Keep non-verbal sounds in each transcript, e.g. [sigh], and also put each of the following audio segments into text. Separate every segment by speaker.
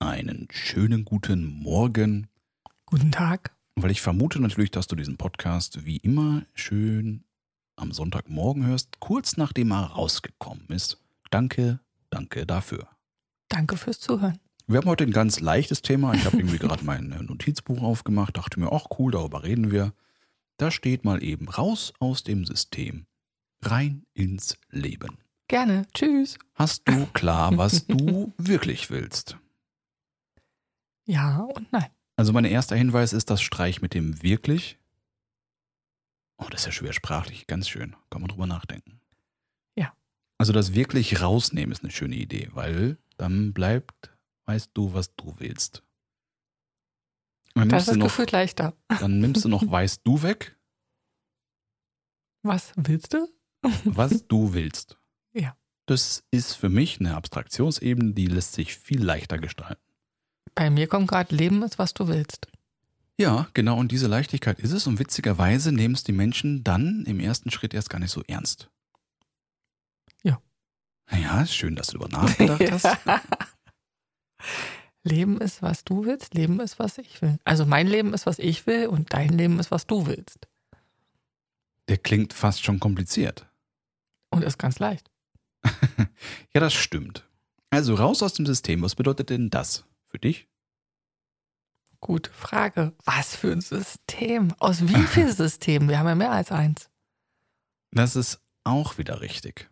Speaker 1: einen schönen guten Morgen,
Speaker 2: Guten Tag.
Speaker 1: weil ich vermute natürlich, dass du diesen Podcast wie immer schön am Sonntagmorgen hörst, kurz nachdem er rausgekommen ist. Danke, danke dafür.
Speaker 2: Danke fürs Zuhören.
Speaker 1: Wir haben heute ein ganz leichtes Thema. Ich habe irgendwie gerade mein äh, Notizbuch aufgemacht, dachte mir, ach cool, darüber reden wir. Da steht mal eben raus aus dem System, rein ins Leben.
Speaker 2: Gerne. Tschüss.
Speaker 1: Hast du klar, was du wirklich willst?
Speaker 2: Ja und nein.
Speaker 1: Also mein erster Hinweis ist das Streich mit dem wirklich. Oh, das ist ja schwer sprachlich, ganz schön. Kann man drüber nachdenken.
Speaker 2: Ja.
Speaker 1: Also das wirklich rausnehmen ist eine schöne Idee, weil dann bleibt, weißt du, was du willst. Dann nimmst,
Speaker 2: Das
Speaker 1: du
Speaker 2: ist
Speaker 1: noch,
Speaker 2: gefühlt leichter.
Speaker 1: dann nimmst du
Speaker 2: [laughs]
Speaker 1: noch weißt du weg,
Speaker 2: Was willst du?
Speaker 1: was du willst.
Speaker 2: Ja.
Speaker 1: Das ist für mich eine Abstraktionsebene, die lässt sich viel leichter gestalten.
Speaker 2: Bei mir kommt gerade Leben ist, was du willst.
Speaker 1: Ja, genau, und diese Leichtigkeit ist es. Und witzigerweise nehmen es die Menschen dann im ersten Schritt erst gar nicht so ernst.
Speaker 2: Ja.
Speaker 1: Ja, ist schön, dass du darüber
Speaker 2: [laughs]
Speaker 1: nachgedacht hast.
Speaker 2: Leben ist, was du willst. Leben ist, was ich will. Also mein Leben ist, was ich will und dein Leben ist, was du willst.
Speaker 1: Der klingt fast schon kompliziert.
Speaker 2: Und ist ganz leicht.
Speaker 1: Ja, das stimmt. Also raus aus dem System, was bedeutet denn das für dich?
Speaker 2: Gute Frage. Was für ein System? Aus wie [laughs] viel Systemen? Wir haben ja mehr als eins.
Speaker 1: Das ist auch wieder richtig.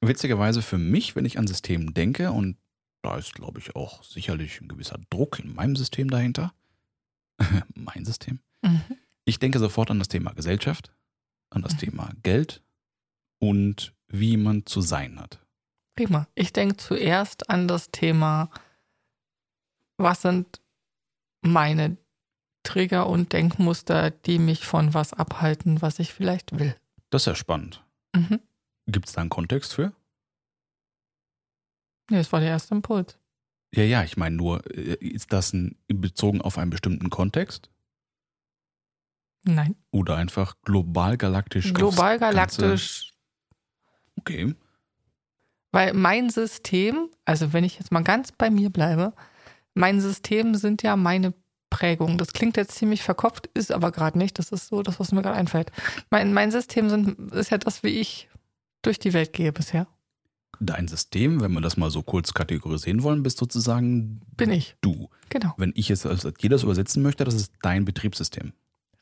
Speaker 1: Witzigerweise für mich, wenn ich an System denke, und da ist, glaube ich, auch sicherlich ein gewisser Druck in meinem System dahinter. [laughs] mein System.
Speaker 2: Mhm.
Speaker 1: Ich denke sofort an das Thema Gesellschaft, an das
Speaker 2: Mhm.
Speaker 1: Thema Geld und wie man zu sein hat.
Speaker 2: Prima. Ich denke zuerst an das Thema, was sind meine Trigger und Denkmuster, die mich von was abhalten, was ich vielleicht will.
Speaker 1: Das ist ja spannend.
Speaker 2: Mhm.
Speaker 1: Gibt es da einen Kontext für?
Speaker 2: Ja, das war der erste Impuls.
Speaker 1: Ja, ja, ich meine nur, äh, ist das ein, bezogen auf einen bestimmten Kontext
Speaker 2: Nein.
Speaker 1: oder einfach global galaktisch? aufs
Speaker 2: Global
Speaker 1: Ganze?
Speaker 2: galaktisch,
Speaker 1: Okay.
Speaker 2: weil mein System, also wenn ich jetzt mal ganz bei mir bleibe, mein System sind ja meine Prägungen. Das klingt jetzt ziemlich verkopft, ist aber gerade nicht. Das ist so das, was mir gerade einfällt. Mein, mein System sind, ist ja das, wie ich durch die Welt gehe bisher.
Speaker 1: Dein System, wenn wir das mal so kurz kategorisieren wollen, bist sozusagen
Speaker 2: Bin ich.
Speaker 1: du.
Speaker 2: Genau.
Speaker 1: Wenn ich es als jedes übersetzen möchte, das ist dein Betriebssystem.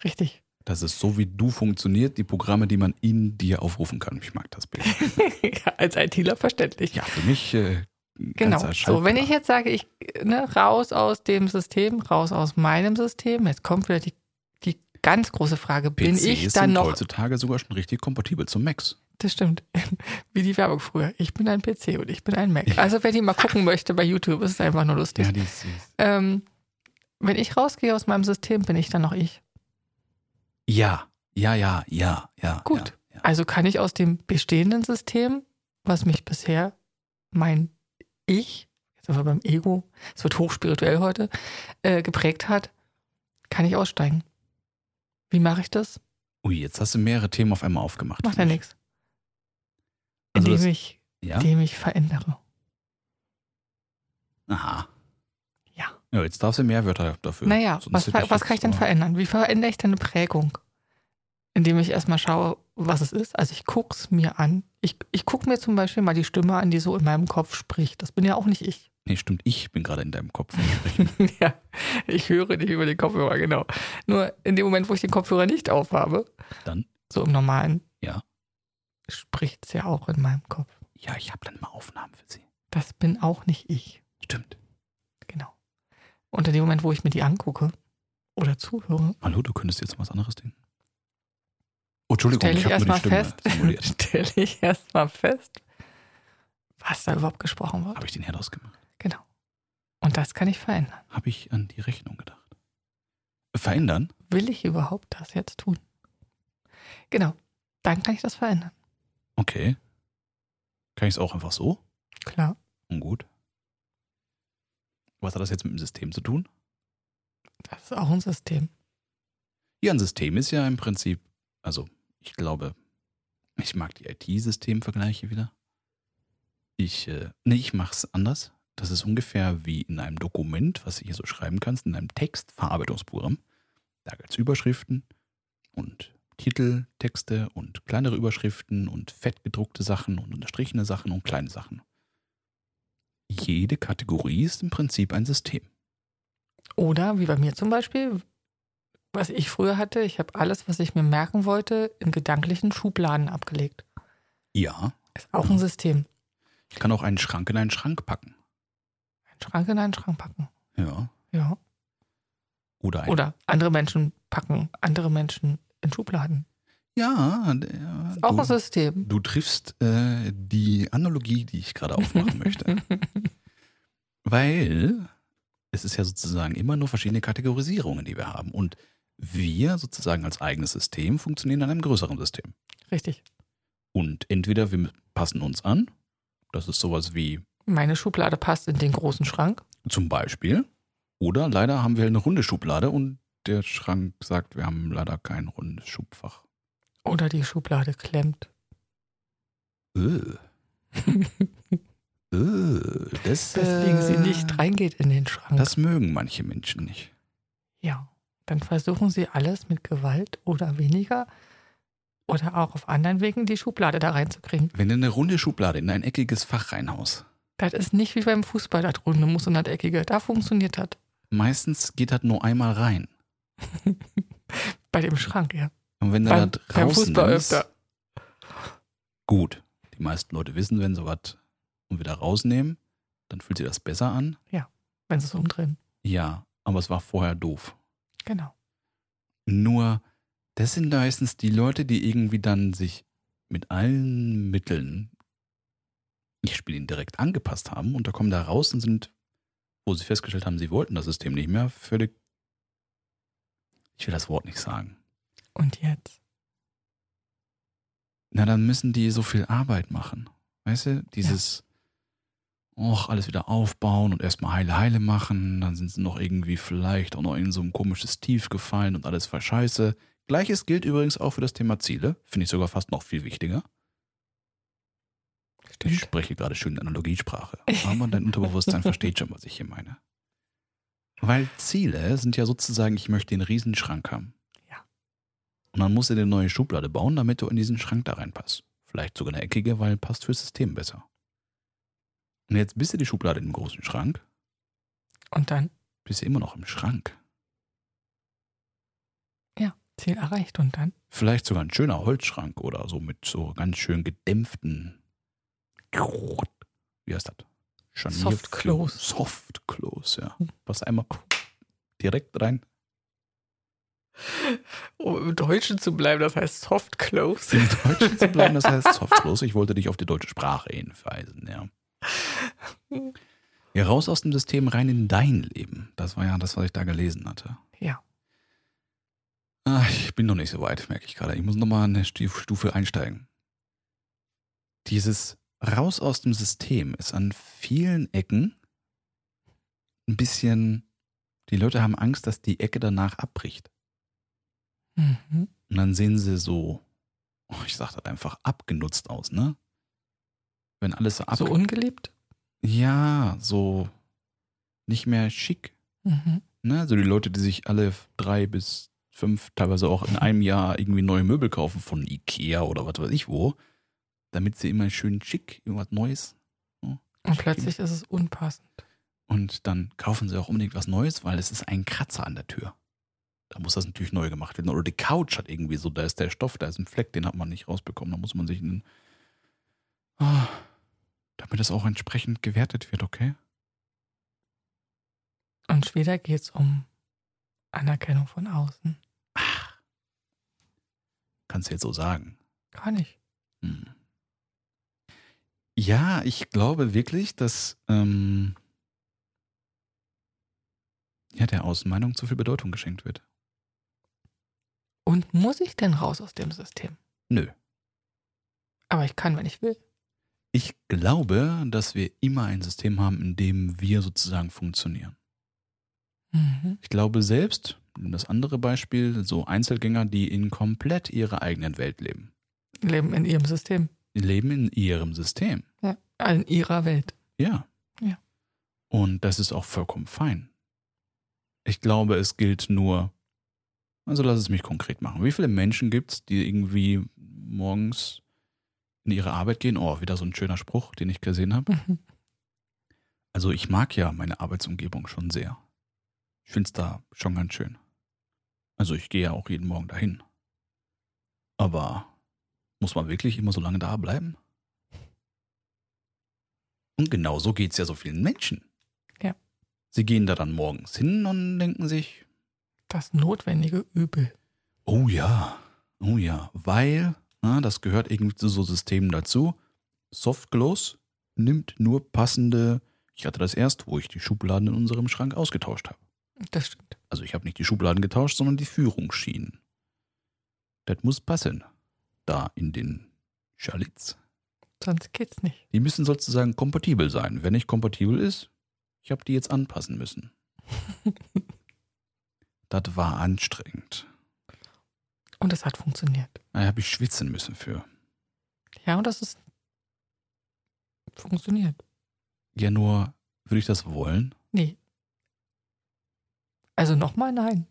Speaker 2: Richtig.
Speaker 1: Das ist so, wie du funktioniert, die Programme, die man in dir aufrufen kann. Ich mag das Bild.
Speaker 2: ja, [laughs] als ITler verständlich.
Speaker 1: Ja, für mich. Äh,
Speaker 2: genau.
Speaker 1: ganzer
Speaker 2: So, wenn ich
Speaker 1: Schaltplan.
Speaker 2: jetzt sage, ich ne, raus aus dem System, raus aus meinem System, jetzt kommt wieder die, die ganz große Frage, bin
Speaker 1: PCs
Speaker 2: ich
Speaker 1: sind
Speaker 2: dann noch.
Speaker 1: heutzutage sogar schon richtig kompatibel zum Max.
Speaker 2: Das stimmt. [laughs] Wie die Werbung früher. Ich bin ein PC und ich bin ein Mac. Also wer die mal gucken möchte bei YouTube, ist es einfach nur lustig.
Speaker 1: die ist süß.
Speaker 2: Ähm, wenn ich rausgehe aus meinem System, bin ich dann noch ich.
Speaker 1: Ja, ja, ja, ja, ja.
Speaker 2: Gut.
Speaker 1: Ja, ja.
Speaker 2: Also kann ich aus dem bestehenden System, was mich bisher mein Ich, jetzt sind wir beim Ego, es wird hochspirituell heute, äh, geprägt hat, kann ich aussteigen. Wie mache ich das?
Speaker 1: Ui, jetzt hast du mehrere Themen auf einmal aufgemacht.
Speaker 2: Macht ja nichts.
Speaker 1: Hm. Also
Speaker 2: Indem
Speaker 1: das-
Speaker 2: ich,
Speaker 1: Ja?
Speaker 2: indem ich verändere.
Speaker 1: Aha.
Speaker 2: Ja.
Speaker 1: ja. Jetzt darfst du mehr Wörter dafür.
Speaker 2: Naja,
Speaker 1: Sonst
Speaker 2: was,
Speaker 1: hätte
Speaker 2: ver- was
Speaker 1: jetzt
Speaker 2: kann ich denn
Speaker 1: so-
Speaker 2: verändern? Wie verändere ich denn eine Prägung? Indem ich erstmal schaue, was es ist. Also ich gucke es mir an. Ich, ich gucke mir zum Beispiel mal die Stimme an, die so in meinem Kopf spricht. Das bin ja auch nicht ich.
Speaker 1: Oh, Nee, stimmt, ich bin gerade in deinem Kopf.
Speaker 2: [laughs] Ja, ich höre dich über den Kopfhörer, genau. Nur in dem Moment, wo ich den Kopfhörer nicht aufhabe,
Speaker 1: Dann?
Speaker 2: so im Normalen,
Speaker 1: Ja.
Speaker 2: spricht es ja auch in meinem Kopf.
Speaker 1: ja, ich habe dann mal Aufnahmen für sie.
Speaker 2: Das bin auch nicht ich,
Speaker 1: Stimmt.
Speaker 2: genau. Und in dem Moment, wo ich mir die angucke oder zuhöre,
Speaker 1: Hallo, du könntest jetzt an was anderes denken. Oh, Entschuldigung,
Speaker 2: stelle
Speaker 1: ich
Speaker 2: ich
Speaker 1: habe nur die Stimme
Speaker 2: erstmal fest,
Speaker 1: simuliert.
Speaker 2: [laughs] stelle ich erstmal fest, was da überhaupt gesprochen wird.
Speaker 1: Habe ich den Herd ausgemacht?
Speaker 2: Genau. Und das kann ich verändern.
Speaker 1: Habe ich an die Rechnung gedacht? Verändern?
Speaker 2: Will ich überhaupt das jetzt tun? Genau. Dann kann ich das verändern.
Speaker 1: Okay. Kann ich es auch einfach so?
Speaker 2: Klar.
Speaker 1: Und gut. Was hat das jetzt mit dem System zu tun?
Speaker 2: Das ist auch ein System.
Speaker 1: Ja, ein System ist ja im Prinzip, also ich glaube, ich mag die IT-Systemvergleiche wieder. Ich, äh, nee, ich mach's anders. Das ist ungefähr wie in einem Dokument, was du hier so schreiben kannst, in einem Textverarbeitungsprogramm. Da gibt es Überschriften und Titel, Texte und kleinere Überschriften und fettgedruckte Sachen und unterstrichene Sachen und kleine Sachen. Jede Kategorie ist im Prinzip ein System.
Speaker 2: Oder wie bei mir zum Beispiel, was ich früher hatte, ich habe alles, was ich mir merken wollte, in gedanklichen Schubladen abgelegt.
Speaker 1: Ja,
Speaker 2: Ist auch ein System.
Speaker 1: ich kann auch einen Schrank in einen Schrank packen.
Speaker 2: Einen Schrank in einen Schrank packen.
Speaker 1: Ja.
Speaker 2: Ja.
Speaker 1: Oder ein
Speaker 2: Oder andere Menschen packen andere Menschen in Schubladen.
Speaker 1: Ja, der,
Speaker 2: Auch ein
Speaker 1: du,
Speaker 2: System.
Speaker 1: du triffst äh, die Analogie, die ich gerade aufmachen möchte. Weil es ist ja sozusagen immer nur verschiedene Kategorisierungen, die wir haben. Und wir sozusagen als eigenes System funktionieren in einem größeren System.
Speaker 2: Richtig.
Speaker 1: Und entweder wir passen uns an, das ist sowas wie
Speaker 2: Meine Schublade passt in den großen Schrank.
Speaker 1: zum Beispiel, oder leider haben wir eine runde Schublade und der Schrank sagt, wir haben leider kein rundes Schubfach.
Speaker 2: Oder die Schublade klemmt.
Speaker 1: Öh. öh. Das,
Speaker 2: [laughs] Deswegen
Speaker 1: äh,
Speaker 2: sie nicht reingeht in den Schrank.
Speaker 1: Das mögen manche Menschen nicht.
Speaker 2: ja. Dann versuchen sie alles mit Gewalt oder weniger oder auch auf anderen Wegen die Schublade da reinzukriegen.
Speaker 1: Wenn du eine runde Schublade in ein eckiges Fach reinhaust,
Speaker 2: Das ist nicht wie beim Fußball, das Runde muss in das Eckige. Da funktioniert das.
Speaker 1: meistens geht das nur einmal rein.
Speaker 2: Bei dem Schrank, ja.
Speaker 1: Und wenn du
Speaker 2: Beim-
Speaker 1: da
Speaker 2: beim
Speaker 1: draußen
Speaker 2: Fußball
Speaker 1: ist,
Speaker 2: öfter.
Speaker 1: gut. Die meisten Leute wissen, wenn sie was und wieder rausnehmen, dann fühlt sich das besser an.
Speaker 2: Wenn sie es um umdrehen.
Speaker 1: Ja, aber es war vorher doof.
Speaker 2: Genau.
Speaker 1: Nur, das sind meistens die Leute, die irgendwie dann sich mit allen Mitteln ihr Spiel direkt angepasst haben und da kommen da raus und sind, wo sie festgestellt haben, sie wollten das System nicht mehr, völlig. Ich will das Wort nicht sagen.
Speaker 2: Und jetzt?
Speaker 1: Na, dann müssen die so viel Arbeit machen. Weißt du, dieses, och, alles wieder aufbauen und erstmal heile, heile machen, dann sind sie noch irgendwie vielleicht auch noch in so ein komisches Tief gefallen und alles war scheiße. Gleiches gilt übrigens auch für das Thema Ziele, finde ich sogar fast noch viel wichtiger. Ich spreche gerade schön Analogiesprache. Aber dein Unterbewusstsein versteht schon, was ich hier meine. Weil Ziele sind ja sozusagen, ich möchte den Riesenschrank haben.
Speaker 2: Ja.
Speaker 1: Und dann musst du dir eine neue Schublade bauen, damit du in diesen Schrank da reinpasst. Vielleicht sogar eine eckige, weil passt fürs System besser. Und jetzt bist du die Schublade im großen Schrank,
Speaker 2: Und dann
Speaker 1: bist du immer noch im Schrank.
Speaker 2: Ziel erreicht. Und dann?
Speaker 1: Vielleicht sogar ein schöner Holzschrank oder so mit so ganz schön gedämpften. Wie heißt das? Scharnier-
Speaker 2: Soft Close.
Speaker 1: Soft Close, ja. Pass einmal direkt rein.
Speaker 2: Um im Deutschen zu bleiben, das heißt Soft Close.
Speaker 1: Im Deutschen zu bleiben, das heißt Soft Close. Ich wollte dich auf die deutsche Sprache hinweisen, ja. Ja, raus aus dem System rein in dein Leben. Das war ja das, was ich da gelesen hatte.
Speaker 2: Ja.
Speaker 1: Ah, ich bin noch nicht so weit, merke ich gerade. Ich muss nochmal eine Stu- Stufe einsteigen. Dieses Raus aus dem System ist an vielen Ecken ein bisschen. Die Leute haben Angst, dass die Ecke danach abbricht.
Speaker 2: [laughs] Mhm.
Speaker 1: Und dann sehen sie so, oh, ich sag das einfach, abgenutzt aus, ne? Wenn alles so ab.
Speaker 2: So ungeliebt?
Speaker 1: ja, so nicht mehr schick.
Speaker 2: Mhm.
Speaker 1: Ne? Also die Leute, die sich alle drei bis fünf, teilweise auch in einem Jahr irgendwie neue Möbel kaufen von Ikea oder was weiß ich wo, damit sie immer schön schick, irgendwas Neues.
Speaker 2: Und plötzlich ist es unpassend.
Speaker 1: Und dann kaufen sie auch unbedingt was Neues, weil es ist ein Kratzer an der Tür. Da muss das natürlich neu gemacht werden. Oder die Couch hat irgendwie so, da ist der Stoff, da ist ein Fleck, den hat man nicht rausbekommen. Da muss man sich einen. Ah, damit das auch entsprechend gewertet wird, okay?
Speaker 2: Und wieder geht es um Anerkennung von außen.
Speaker 1: Kannst du jetzt so sagen.
Speaker 2: Gar nicht.
Speaker 1: Hm. Ja, ich glaube wirklich, dass ähm, ja, der Außenmeinung zu viel Bedeutung geschenkt wird.
Speaker 2: Und muss ich denn raus aus dem System?
Speaker 1: Nö.
Speaker 2: Aber ich kann, wenn ich will.
Speaker 1: Ich glaube, dass wir immer ein System haben, in dem wir sozusagen funktionieren.
Speaker 2: Mhm.
Speaker 1: Ich glaube selbst, das andere Beispiel, so Einzelgänger, die in komplett ihrer eigenen Welt leben.
Speaker 2: Leben in ihrem System.
Speaker 1: Die leben in ihrem System.
Speaker 2: Ja. In ihrer Welt.
Speaker 1: Ja.
Speaker 2: Ja.
Speaker 1: Und das ist auch vollkommen fein. Ich glaube, es gilt nur, also lass es mich konkret machen. Wie viele Menschen gibt es, die irgendwie morgens in ihre Arbeit gehen? Oh, wieder so ein schöner Spruch, den ich gesehen habe.
Speaker 2: Mhm.
Speaker 1: Also ich mag ja meine Arbeitsumgebung schon sehr. Ich finde es da schon ganz schön. Also ich gehe ja auch jeden Morgen dahin. Aber muss man wirklich immer so lange da bleiben? Und genau so geht es ja so vielen Menschen.
Speaker 2: Ja.
Speaker 1: Sie gehen da dann morgens hin und denken sich,
Speaker 2: Das notwendige Übel.
Speaker 1: oh ja, oh ja, weil, na, das gehört irgendwie zu so Systemen dazu, Softgloss nimmt nur passende, ich hatte das erst, wo ich die Schubladen in unserem Schrank ausgetauscht habe.
Speaker 2: Das stimmt.
Speaker 1: Also ich habe nicht die Schubladen getauscht, sondern die Führungsschienen. Das muss passen. Da in den Schalitz.
Speaker 2: Sonst geht's nicht.
Speaker 1: Die müssen sozusagen kompatibel sein. Wenn nicht kompatibel ist, ich habe die jetzt anpassen müssen. das war anstrengend.
Speaker 2: Und es hat funktioniert.
Speaker 1: Da habe ich schwitzen müssen für.
Speaker 2: Ja, und das ist funktioniert.
Speaker 1: Ja, nur würde ich das wollen?
Speaker 2: Nee. Also nochmal nein.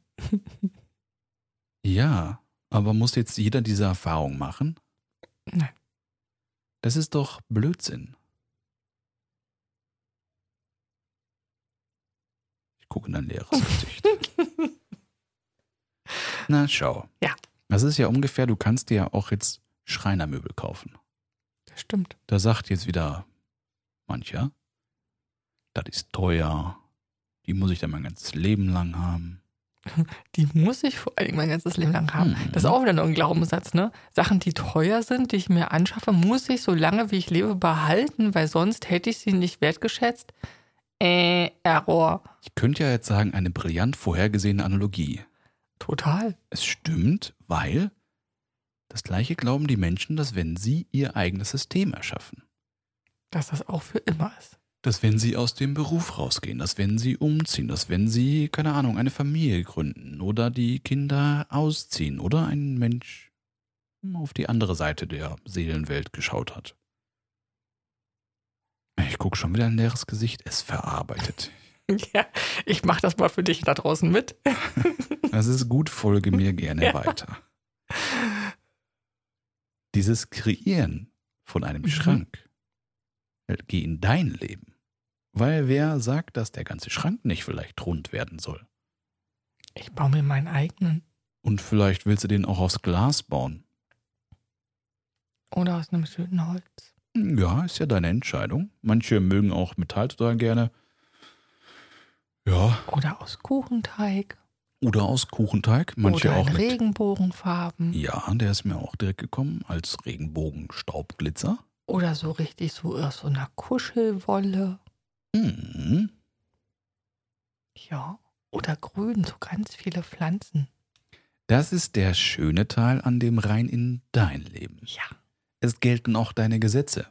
Speaker 1: Ja, aber muss jetzt jeder diese Erfahrung machen?
Speaker 2: Nein.
Speaker 1: Das ist doch Blödsinn. Ich gucke in dein
Speaker 2: [laughs]
Speaker 1: leeres Gesicht. Na, schau.
Speaker 2: Ja.
Speaker 1: Das ist ja ungefähr, du kannst dir ja auch jetzt Schreinermöbel kaufen.
Speaker 2: Das stimmt.
Speaker 1: Da sagt jetzt wieder mancher, das ist teuer, die muss ich dann mein ganzes Leben lang haben.
Speaker 2: Die muss ich vor allem mein ganzes Leben lang haben.
Speaker 1: Mhm.
Speaker 2: Ah, Das ist auch wieder nur ein Glaubenssatz, ne? Sachen, die teuer sind, die ich mir anschaffe, muss ich so lange, wie ich lebe, behalten, weil sonst hätte ich sie nicht wertgeschätzt. Äh, Error.
Speaker 1: Ich könnte ja jetzt sagen, eine brillant vorhergesehene Analogie.
Speaker 2: Total.
Speaker 1: Es stimmt, weil das gleiche glauben die Menschen, dass wenn sie ihr eigenes System erschaffen,
Speaker 2: Dass das auch für immer ist.
Speaker 1: dass wenn sie aus dem Beruf rausgehen, dass wenn sie umziehen, dass wenn sie, keine Ahnung, eine Familie gründen oder die Kinder ausziehen oder ein Mensch auf die andere Seite der Seelenwelt geschaut hat. Ich gucke schon wieder ein leeres Gesicht, es verarbeitet.
Speaker 2: [laughs] Ja, ich mach das mal für dich da draußen mit.
Speaker 1: Das ist gut, folge mir gerne
Speaker 2: [laughs] Ja.
Speaker 1: weiter. Dieses Kreieren von einem
Speaker 2: Mhm.
Speaker 1: Schrank, äh, geh in dein Leben. Weil wer sagt, dass der ganze Schrank nicht vielleicht rund werden soll?
Speaker 2: Ich baue mir meinen eigenen.
Speaker 1: Und vielleicht willst du den auch aus Glas bauen.
Speaker 2: Oder aus einem schönen Holz.
Speaker 1: Hm, Ja, ist ja deine Entscheidung. Manche mögen auch Metall total gerne. Ja.
Speaker 2: Oder aus Kuchenteig.
Speaker 1: Oder aus Kuchenteig. Manche
Speaker 2: oder
Speaker 1: auch
Speaker 2: in
Speaker 1: mit.
Speaker 2: Regenbogenfarben.
Speaker 1: Ja, der ist mir auch direkt gekommen als Regenbogenstaubglitzer.
Speaker 2: Oder so richtig so aus so einer Kuschelwolle.
Speaker 1: Mhm.
Speaker 2: Ja. Oder grün, so ganz viele Pflanzen.
Speaker 1: Das ist der schöne Teil an dem rein in dein Leben.
Speaker 2: Ja.
Speaker 1: Es gelten auch deine Gesetze.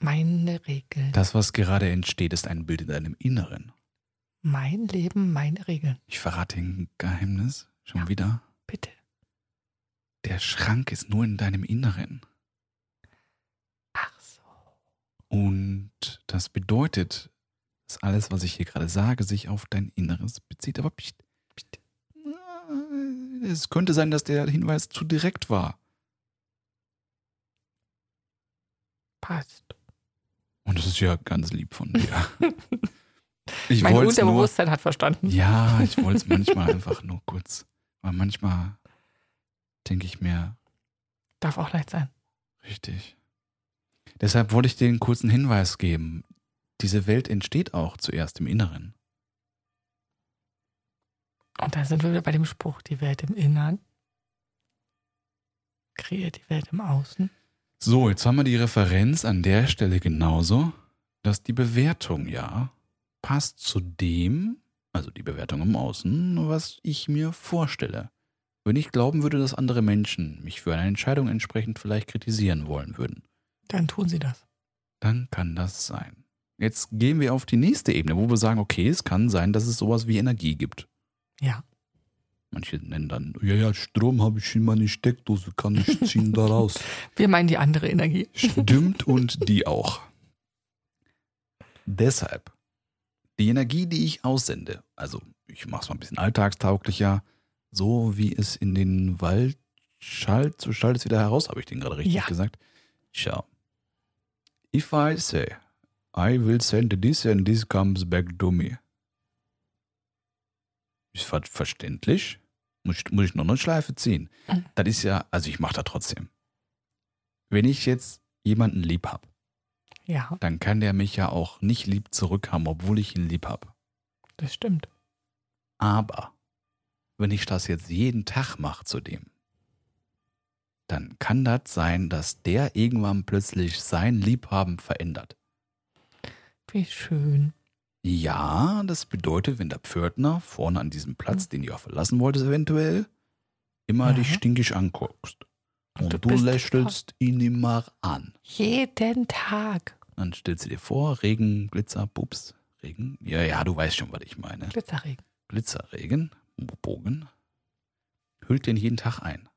Speaker 2: Meine Regeln.
Speaker 1: Das, was gerade entsteht, ist ein Bild in deinem Inneren.
Speaker 2: Mein Leben, meine Regeln.
Speaker 1: Ich verrate dir ein Geheimnis schon
Speaker 2: Ja.
Speaker 1: wieder.
Speaker 2: Bitte.
Speaker 1: Der Schrank ist nur in deinem Inneren.
Speaker 2: Ach so.
Speaker 1: Und das bedeutet, dass alles, was ich hier gerade sage, sich auf dein Inneres bezieht. Aber pst, pst. es könnte sein, dass der Hinweis zu direkt war.
Speaker 2: Passt.
Speaker 1: Und das ist ja ganz lieb von dir.
Speaker 2: [laughs]
Speaker 1: Ich
Speaker 2: mein
Speaker 1: wollt's nur-
Speaker 2: Unterbewusstsein hat verstanden.
Speaker 1: Ja, ich wollte es manchmal einfach nur kurz. Weil manchmal denke ich mir
Speaker 2: Darf auch leicht sein.
Speaker 1: richtig. Deshalb wollte ich dir einen kurzen Hinweis geben. Diese Welt entsteht auch zuerst im Inneren.
Speaker 2: Und dann sind wir wieder bei dem Spruch, die Welt im Innern kreiert die Welt im Außen.
Speaker 1: So, jetzt haben wir die Referenz an der Stelle genauso, dass die Bewertung ja passt zu dem, also die Bewertung im Außen, was ich mir vorstelle. Wenn ich glauben würde, dass andere Menschen mich für eine Entscheidung entsprechend vielleicht kritisieren wollen würden.
Speaker 2: Dann tun sie das.
Speaker 1: dann kann das sein. Jetzt gehen wir auf die nächste Ebene, wo wir sagen, okay, es kann sein, dass es sowas wie Energie gibt.
Speaker 2: Ja.
Speaker 1: Manche nennen dann, ja, ja, Strom habe ich in meine Steckdose, kann ich ziehen da raus.
Speaker 2: Wir meinen die andere Energie.
Speaker 1: Stimmt und die auch. Deshalb Die Energie, die ich aussende, also ich mache es mal ein bisschen alltagstauglicher, so wie es in den Wald schallt, so schallt es wieder heraus, habe ich den gerade richtig
Speaker 2: Ja.
Speaker 1: gesagt. Schau. If I say, I will send this and this comes back to me. Ist ver verständlich. Muss ich, muss ich noch eine Schleife ziehen.
Speaker 2: Mhm.
Speaker 1: Das ist ja, also ich mache das trotzdem. Wenn ich jetzt jemanden lieb habe,
Speaker 2: [laughs] Ja,
Speaker 1: dann kann der mich ja auch nicht lieb zurückhaben, obwohl ich ihn lieb habe.
Speaker 2: das stimmt.
Speaker 1: Aber wenn ich das jetzt jeden Tag mache zu dem, dann kann das sein, dass der irgendwann plötzlich sein Liebhaben verändert.
Speaker 2: Wie schön.
Speaker 1: Ja, das bedeutet, wenn der Pförtner vorne an diesem Platz, den du auch verlassen wolltest, eventuell, immer
Speaker 2: Hm. Ja.
Speaker 1: dich stinkig anguckst. Und
Speaker 2: du
Speaker 1: du,
Speaker 2: bist-
Speaker 1: lächelst ihn immer an.
Speaker 2: Jeden Tag.
Speaker 1: Dann stellst du dir vor, Regen, Glitzer, Pups, Regen. Ja, ja, du weißt schon, was ich meine.
Speaker 2: Glitzerregen.
Speaker 1: Glitzerregen, Bogen, hüllt den jeden Tag ein.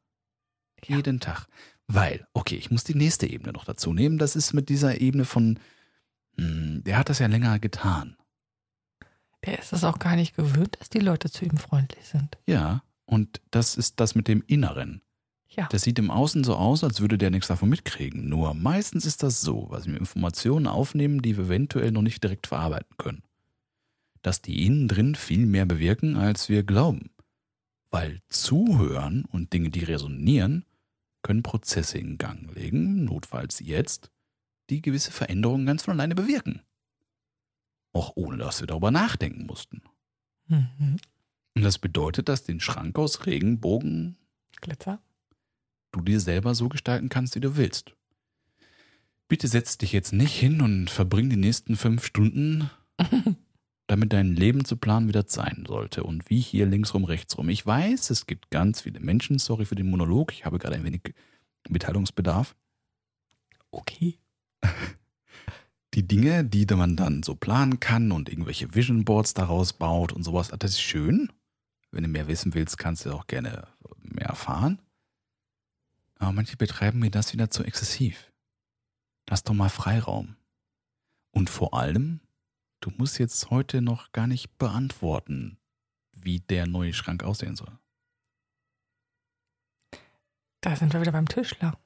Speaker 2: Ja.
Speaker 1: Jeden Tag. Weil, okay, ich muss die nächste Ebene noch dazu nehmen. Das ist mit dieser Ebene von, hm, der hat das ja länger getan.
Speaker 2: Der ist es auch gar nicht gewöhnt, dass die Leute zu ihm freundlich sind.
Speaker 1: Ja, und das ist das mit dem Inneren.
Speaker 2: Ja.
Speaker 1: Das sieht im Außen so aus, als würde der nichts davon mitkriegen. Nur meistens ist das so, weil wir Informationen aufnehmen, die wir eventuell noch nicht direkt verarbeiten können. Dass die innen drin viel mehr bewirken, als wir glauben. Weil Zuhören und Dinge, die resonieren, können Prozesse in Gang legen, notfalls jetzt, die gewisse Veränderungen ganz von alleine bewirken. Auch ohne, dass wir darüber nachdenken mussten.
Speaker 2: Mhm.
Speaker 1: Und das bedeutet, dass den Schrank aus Regenbogen
Speaker 2: Glitzer.
Speaker 1: du dir selber so gestalten kannst, wie du willst. Bitte setz dich jetzt nicht hin und verbring die nächsten fünf Stunden, damit dein Leben zu planen, wie das sein sollte und wie hier linksrum, rechtsrum. Ich weiß, es gibt ganz viele Menschen, sorry für den Monolog, ich habe gerade ein wenig Mitteilungsbedarf.
Speaker 2: Okay.
Speaker 1: Die Dinge, die man dann so planen kann und irgendwelche Vision Boards daraus baut und sowas, das ist schön. Wenn du mehr wissen willst, kannst du auch gerne mehr erfahren. Aber manche betreiben mir das wieder zu exzessiv. Lass doch mal Freiraum. Und vor allem, du musst jetzt heute noch gar nicht beantworten, wie der neue Schrank aussehen soll.
Speaker 2: Da sind wir wieder beim Tischler.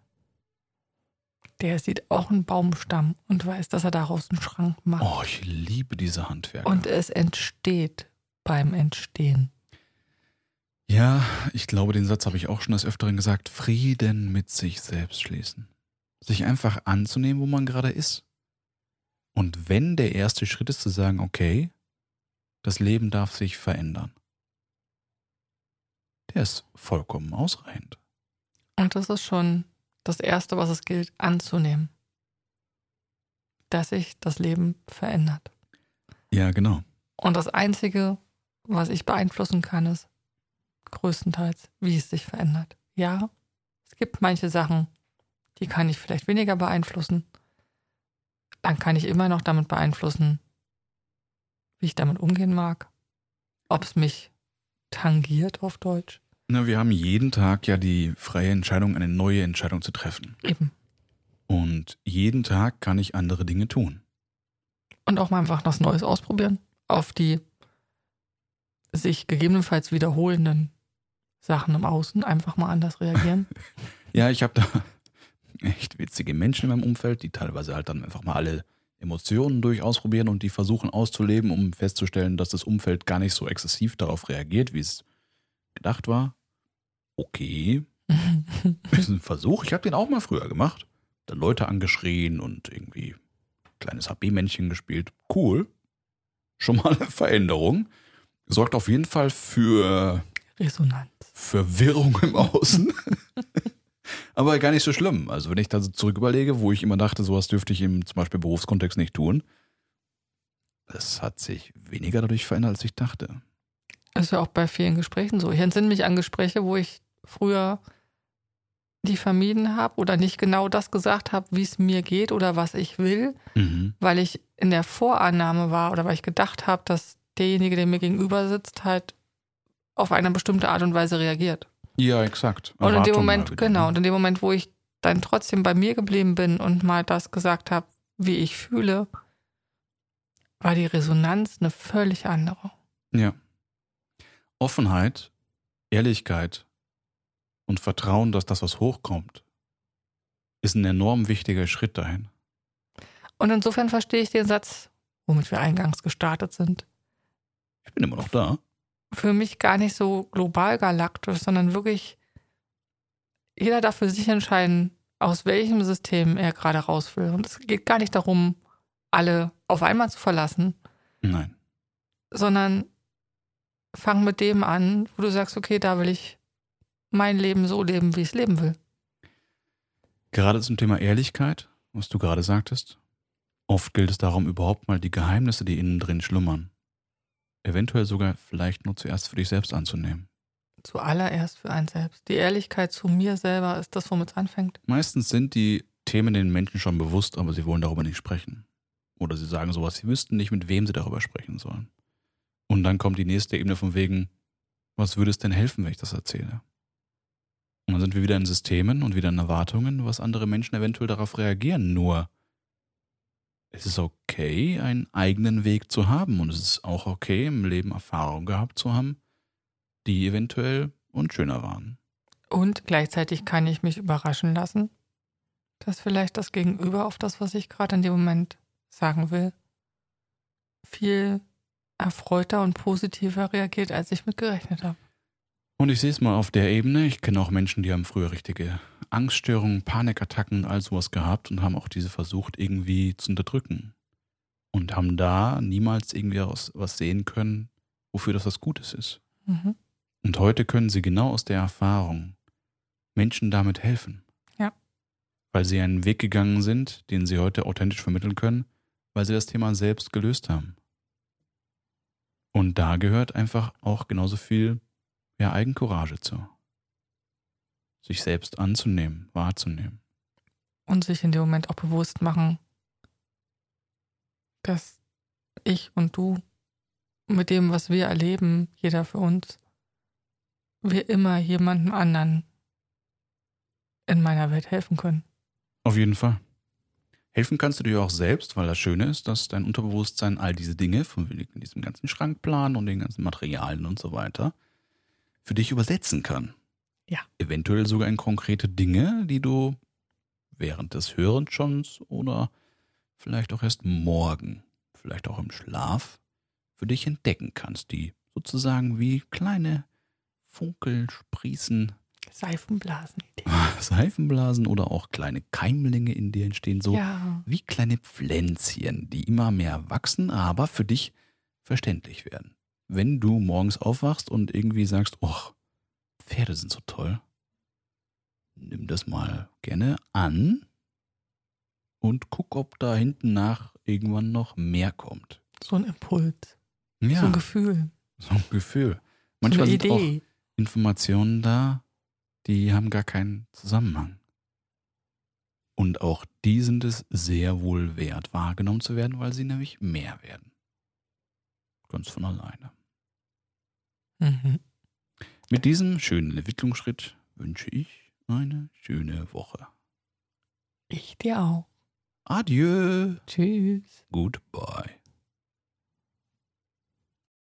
Speaker 2: Der sieht auch einen Baumstamm und weiß, dass er daraus einen Schrank macht.
Speaker 1: Oh, ich liebe diese Handwerker.
Speaker 2: Und es entsteht beim Entstehen.
Speaker 1: Ja, ich glaube, den Satz habe ich auch schon des Öfteren gesagt. Frieden mit sich selbst schließen. Sich einfach anzunehmen, wo man gerade ist. Und wenn der erste Schritt ist, zu sagen, okay, das Leben darf sich verändern. Der ist vollkommen ausreichend.
Speaker 2: Und das ist schon das Erste, was es gilt, anzunehmen. Dass sich das Leben verändert.
Speaker 1: Ja, genau.
Speaker 2: Und das Einzige, was ich beeinflussen kann, ist größtenteils, wie es sich verändert. Ja, es gibt manche Sachen, die kann ich vielleicht weniger beeinflussen. Dann kann ich immer noch damit beeinflussen, wie ich damit umgehen mag. Ob es mich tangiert auf Deutsch.
Speaker 1: Na, wir haben jeden Tag ja die freie Entscheidung, eine neue Entscheidung zu treffen.
Speaker 2: Eben.
Speaker 1: Und jeden Tag kann ich andere Dinge tun.
Speaker 2: Und auch mal einfach was Neues ausprobieren. Auf die sich gegebenenfalls wiederholenden Sachen im Außen einfach mal anders reagieren.
Speaker 1: Ja, ich habe da [laughs] echt witzige Menschen in meinem Umfeld, die teilweise halt dann einfach mal alle Emotionen durch ausprobieren und die versuchen auszuleben, um festzustellen, dass das Umfeld gar nicht so exzessiv darauf reagiert, wie es gedacht war. Okay, [laughs] ist ein Versuch. Ich habe den auch mal früher gemacht. Da Leute angeschrien und irgendwie kleines HB-Männchen gespielt. Cool. Schon mal eine Veränderung. Sorgt auf jeden Fall für
Speaker 2: Resonanz.
Speaker 1: Verwirrung im Außen. [laughs] Aber gar nicht so schlimm. Also wenn ich da so zurück überlege, wo ich immer dachte, sowas dürfte ich im zum Beispiel Berufskontext nicht tun. Es hat sich weniger dadurch verändert, als ich dachte.
Speaker 2: Ist ja auch bei vielen Gesprächen so. Ich entsinne mich an Gespräche, wo ich früher die vermieden habe oder nicht genau das gesagt habe, wie es mir geht oder was ich will,
Speaker 1: Mhm.
Speaker 2: weil ich in der Vorannahme war oder weil ich gedacht habe, dass derjenige, der mir gegenüber sitzt, halt auf eine bestimmte Art und Weise reagiert.
Speaker 1: Ja, exakt.
Speaker 2: Und in dem
Speaker 1: Erwartungen
Speaker 2: Moment,
Speaker 1: mal wieder,
Speaker 2: genau,
Speaker 1: ne?
Speaker 2: und in dem Moment, wo ich dann trotzdem bei mir geblieben bin und mal das gesagt habe, wie ich fühle, war die Resonanz eine völlig andere.
Speaker 1: Ja. Offenheit, Ehrlichkeit und Vertrauen, dass das, was hochkommt, ist ein enorm wichtiger Schritt dahin.
Speaker 2: Und insofern verstehe ich den Satz, womit wir eingangs gestartet sind,
Speaker 1: Ich bin immer noch da.
Speaker 2: für mich gar nicht so global galaktisch, sondern wirklich jeder darf für sich entscheiden, aus welchem System er gerade raus will. Und es geht gar nicht darum, alle auf einmal zu verlassen,
Speaker 1: Nein.
Speaker 2: sondern fang mit dem an, wo du sagst, okay, da will ich mein Leben so leben, wie ich es leben will.
Speaker 1: Gerade zum Thema Ehrlichkeit, was du gerade sagtest. Oft gilt es darum, überhaupt mal die Geheimnisse, die innen drin schlummern, eventuell sogar vielleicht nur zuerst für dich selbst anzunehmen.
Speaker 2: Zuallererst für einen selbst. Die Ehrlichkeit zu mir selber ist das, womit es anfängt.
Speaker 1: Meistens sind die Themen den Menschen schon bewusst, aber sie wollen darüber nicht sprechen. Oder sie sagen sowas, sie wüssten nicht, mit wem sie darüber sprechen sollen. Und dann kommt die nächste Ebene von wegen, was würde es denn helfen, wenn ich das erzähle? Und dann sind wir wieder in Systemen und wieder in Erwartungen, was andere Menschen eventuell darauf reagieren. Nur, es ist okay, einen eigenen Weg zu haben. Und es ist auch okay, im Leben Erfahrungen gehabt zu haben, die eventuell unschöner waren.
Speaker 2: Und gleichzeitig kann ich mich überraschen lassen, dass vielleicht das Gegenüber auf das, was ich gerade in dem Moment sagen will, viel erfreuter und positiver reagiert, als ich mit gerechnet habe.
Speaker 1: Und ich sehe es mal auf der Ebene. Ich kenne auch Menschen, die haben früher richtige Angststörungen, Panikattacken und all sowas gehabt und haben auch diese versucht, irgendwie zu unterdrücken. Und haben da niemals irgendwie aus, was sehen können, wofür das was Gutes ist.
Speaker 2: Mhm.
Speaker 1: Und heute können sie genau aus der Erfahrung Menschen damit helfen.
Speaker 2: Ja.
Speaker 1: Weil sie einen Weg gegangen sind, den sie heute authentisch vermitteln können, weil sie das Thema selbst gelöst haben. Und da gehört einfach auch genauso viel ja, Eigencourage zu. Sich selbst anzunehmen, wahrzunehmen.
Speaker 2: Und sich in dem Moment auch bewusst machen, dass ich und du mit dem, was wir erleben, jeder für uns, wir immer jemandem anderen in meiner Welt helfen können.
Speaker 1: Auf jeden Fall. Helfen kannst du dir auch selbst, weil das Schöne ist, dass dein Unterbewusstsein all diese Dinge, von wegen diesem ganzen Schrankplan und den ganzen Materialien und so weiter, für dich übersetzen kann.
Speaker 2: Ja.
Speaker 1: Eventuell sogar in konkrete Dinge, die du während des Hörens schon oder vielleicht auch erst morgen, vielleicht auch im Schlaf, für dich entdecken kannst, die sozusagen wie kleine Funkel sprießen [laughs]
Speaker 2: Seifenblasenidee.
Speaker 1: Seifenblasen oder auch kleine Keimlinge in dir entstehen, so
Speaker 2: Ja.
Speaker 1: wie kleine Pflänzchen, die immer mehr wachsen, aber für dich verständlich werden. Wenn du morgens aufwachst und irgendwie sagst, och, Pferde sind so toll, nimm das mal gerne an und guck, ob da hinten nach irgendwann noch mehr kommt.
Speaker 2: So ein Impuls, so ein Gefühl,
Speaker 1: so ein Gefühl.
Speaker 2: so
Speaker 1: Manchmal
Speaker 2: eine
Speaker 1: sind auch
Speaker 2: Idee.
Speaker 1: Informationen da, die haben gar keinen Zusammenhang. Und auch die sind es sehr wohl wert, wahrgenommen zu werden, weil sie nämlich mehr werden. Ganz von alleine.
Speaker 2: Mhm.
Speaker 1: Mit diesem schönen Entwicklungsschritt wünsche ich eine schöne Woche.
Speaker 2: Ich dir auch.
Speaker 1: Adieu.
Speaker 2: Tschüss.
Speaker 1: Goodbye.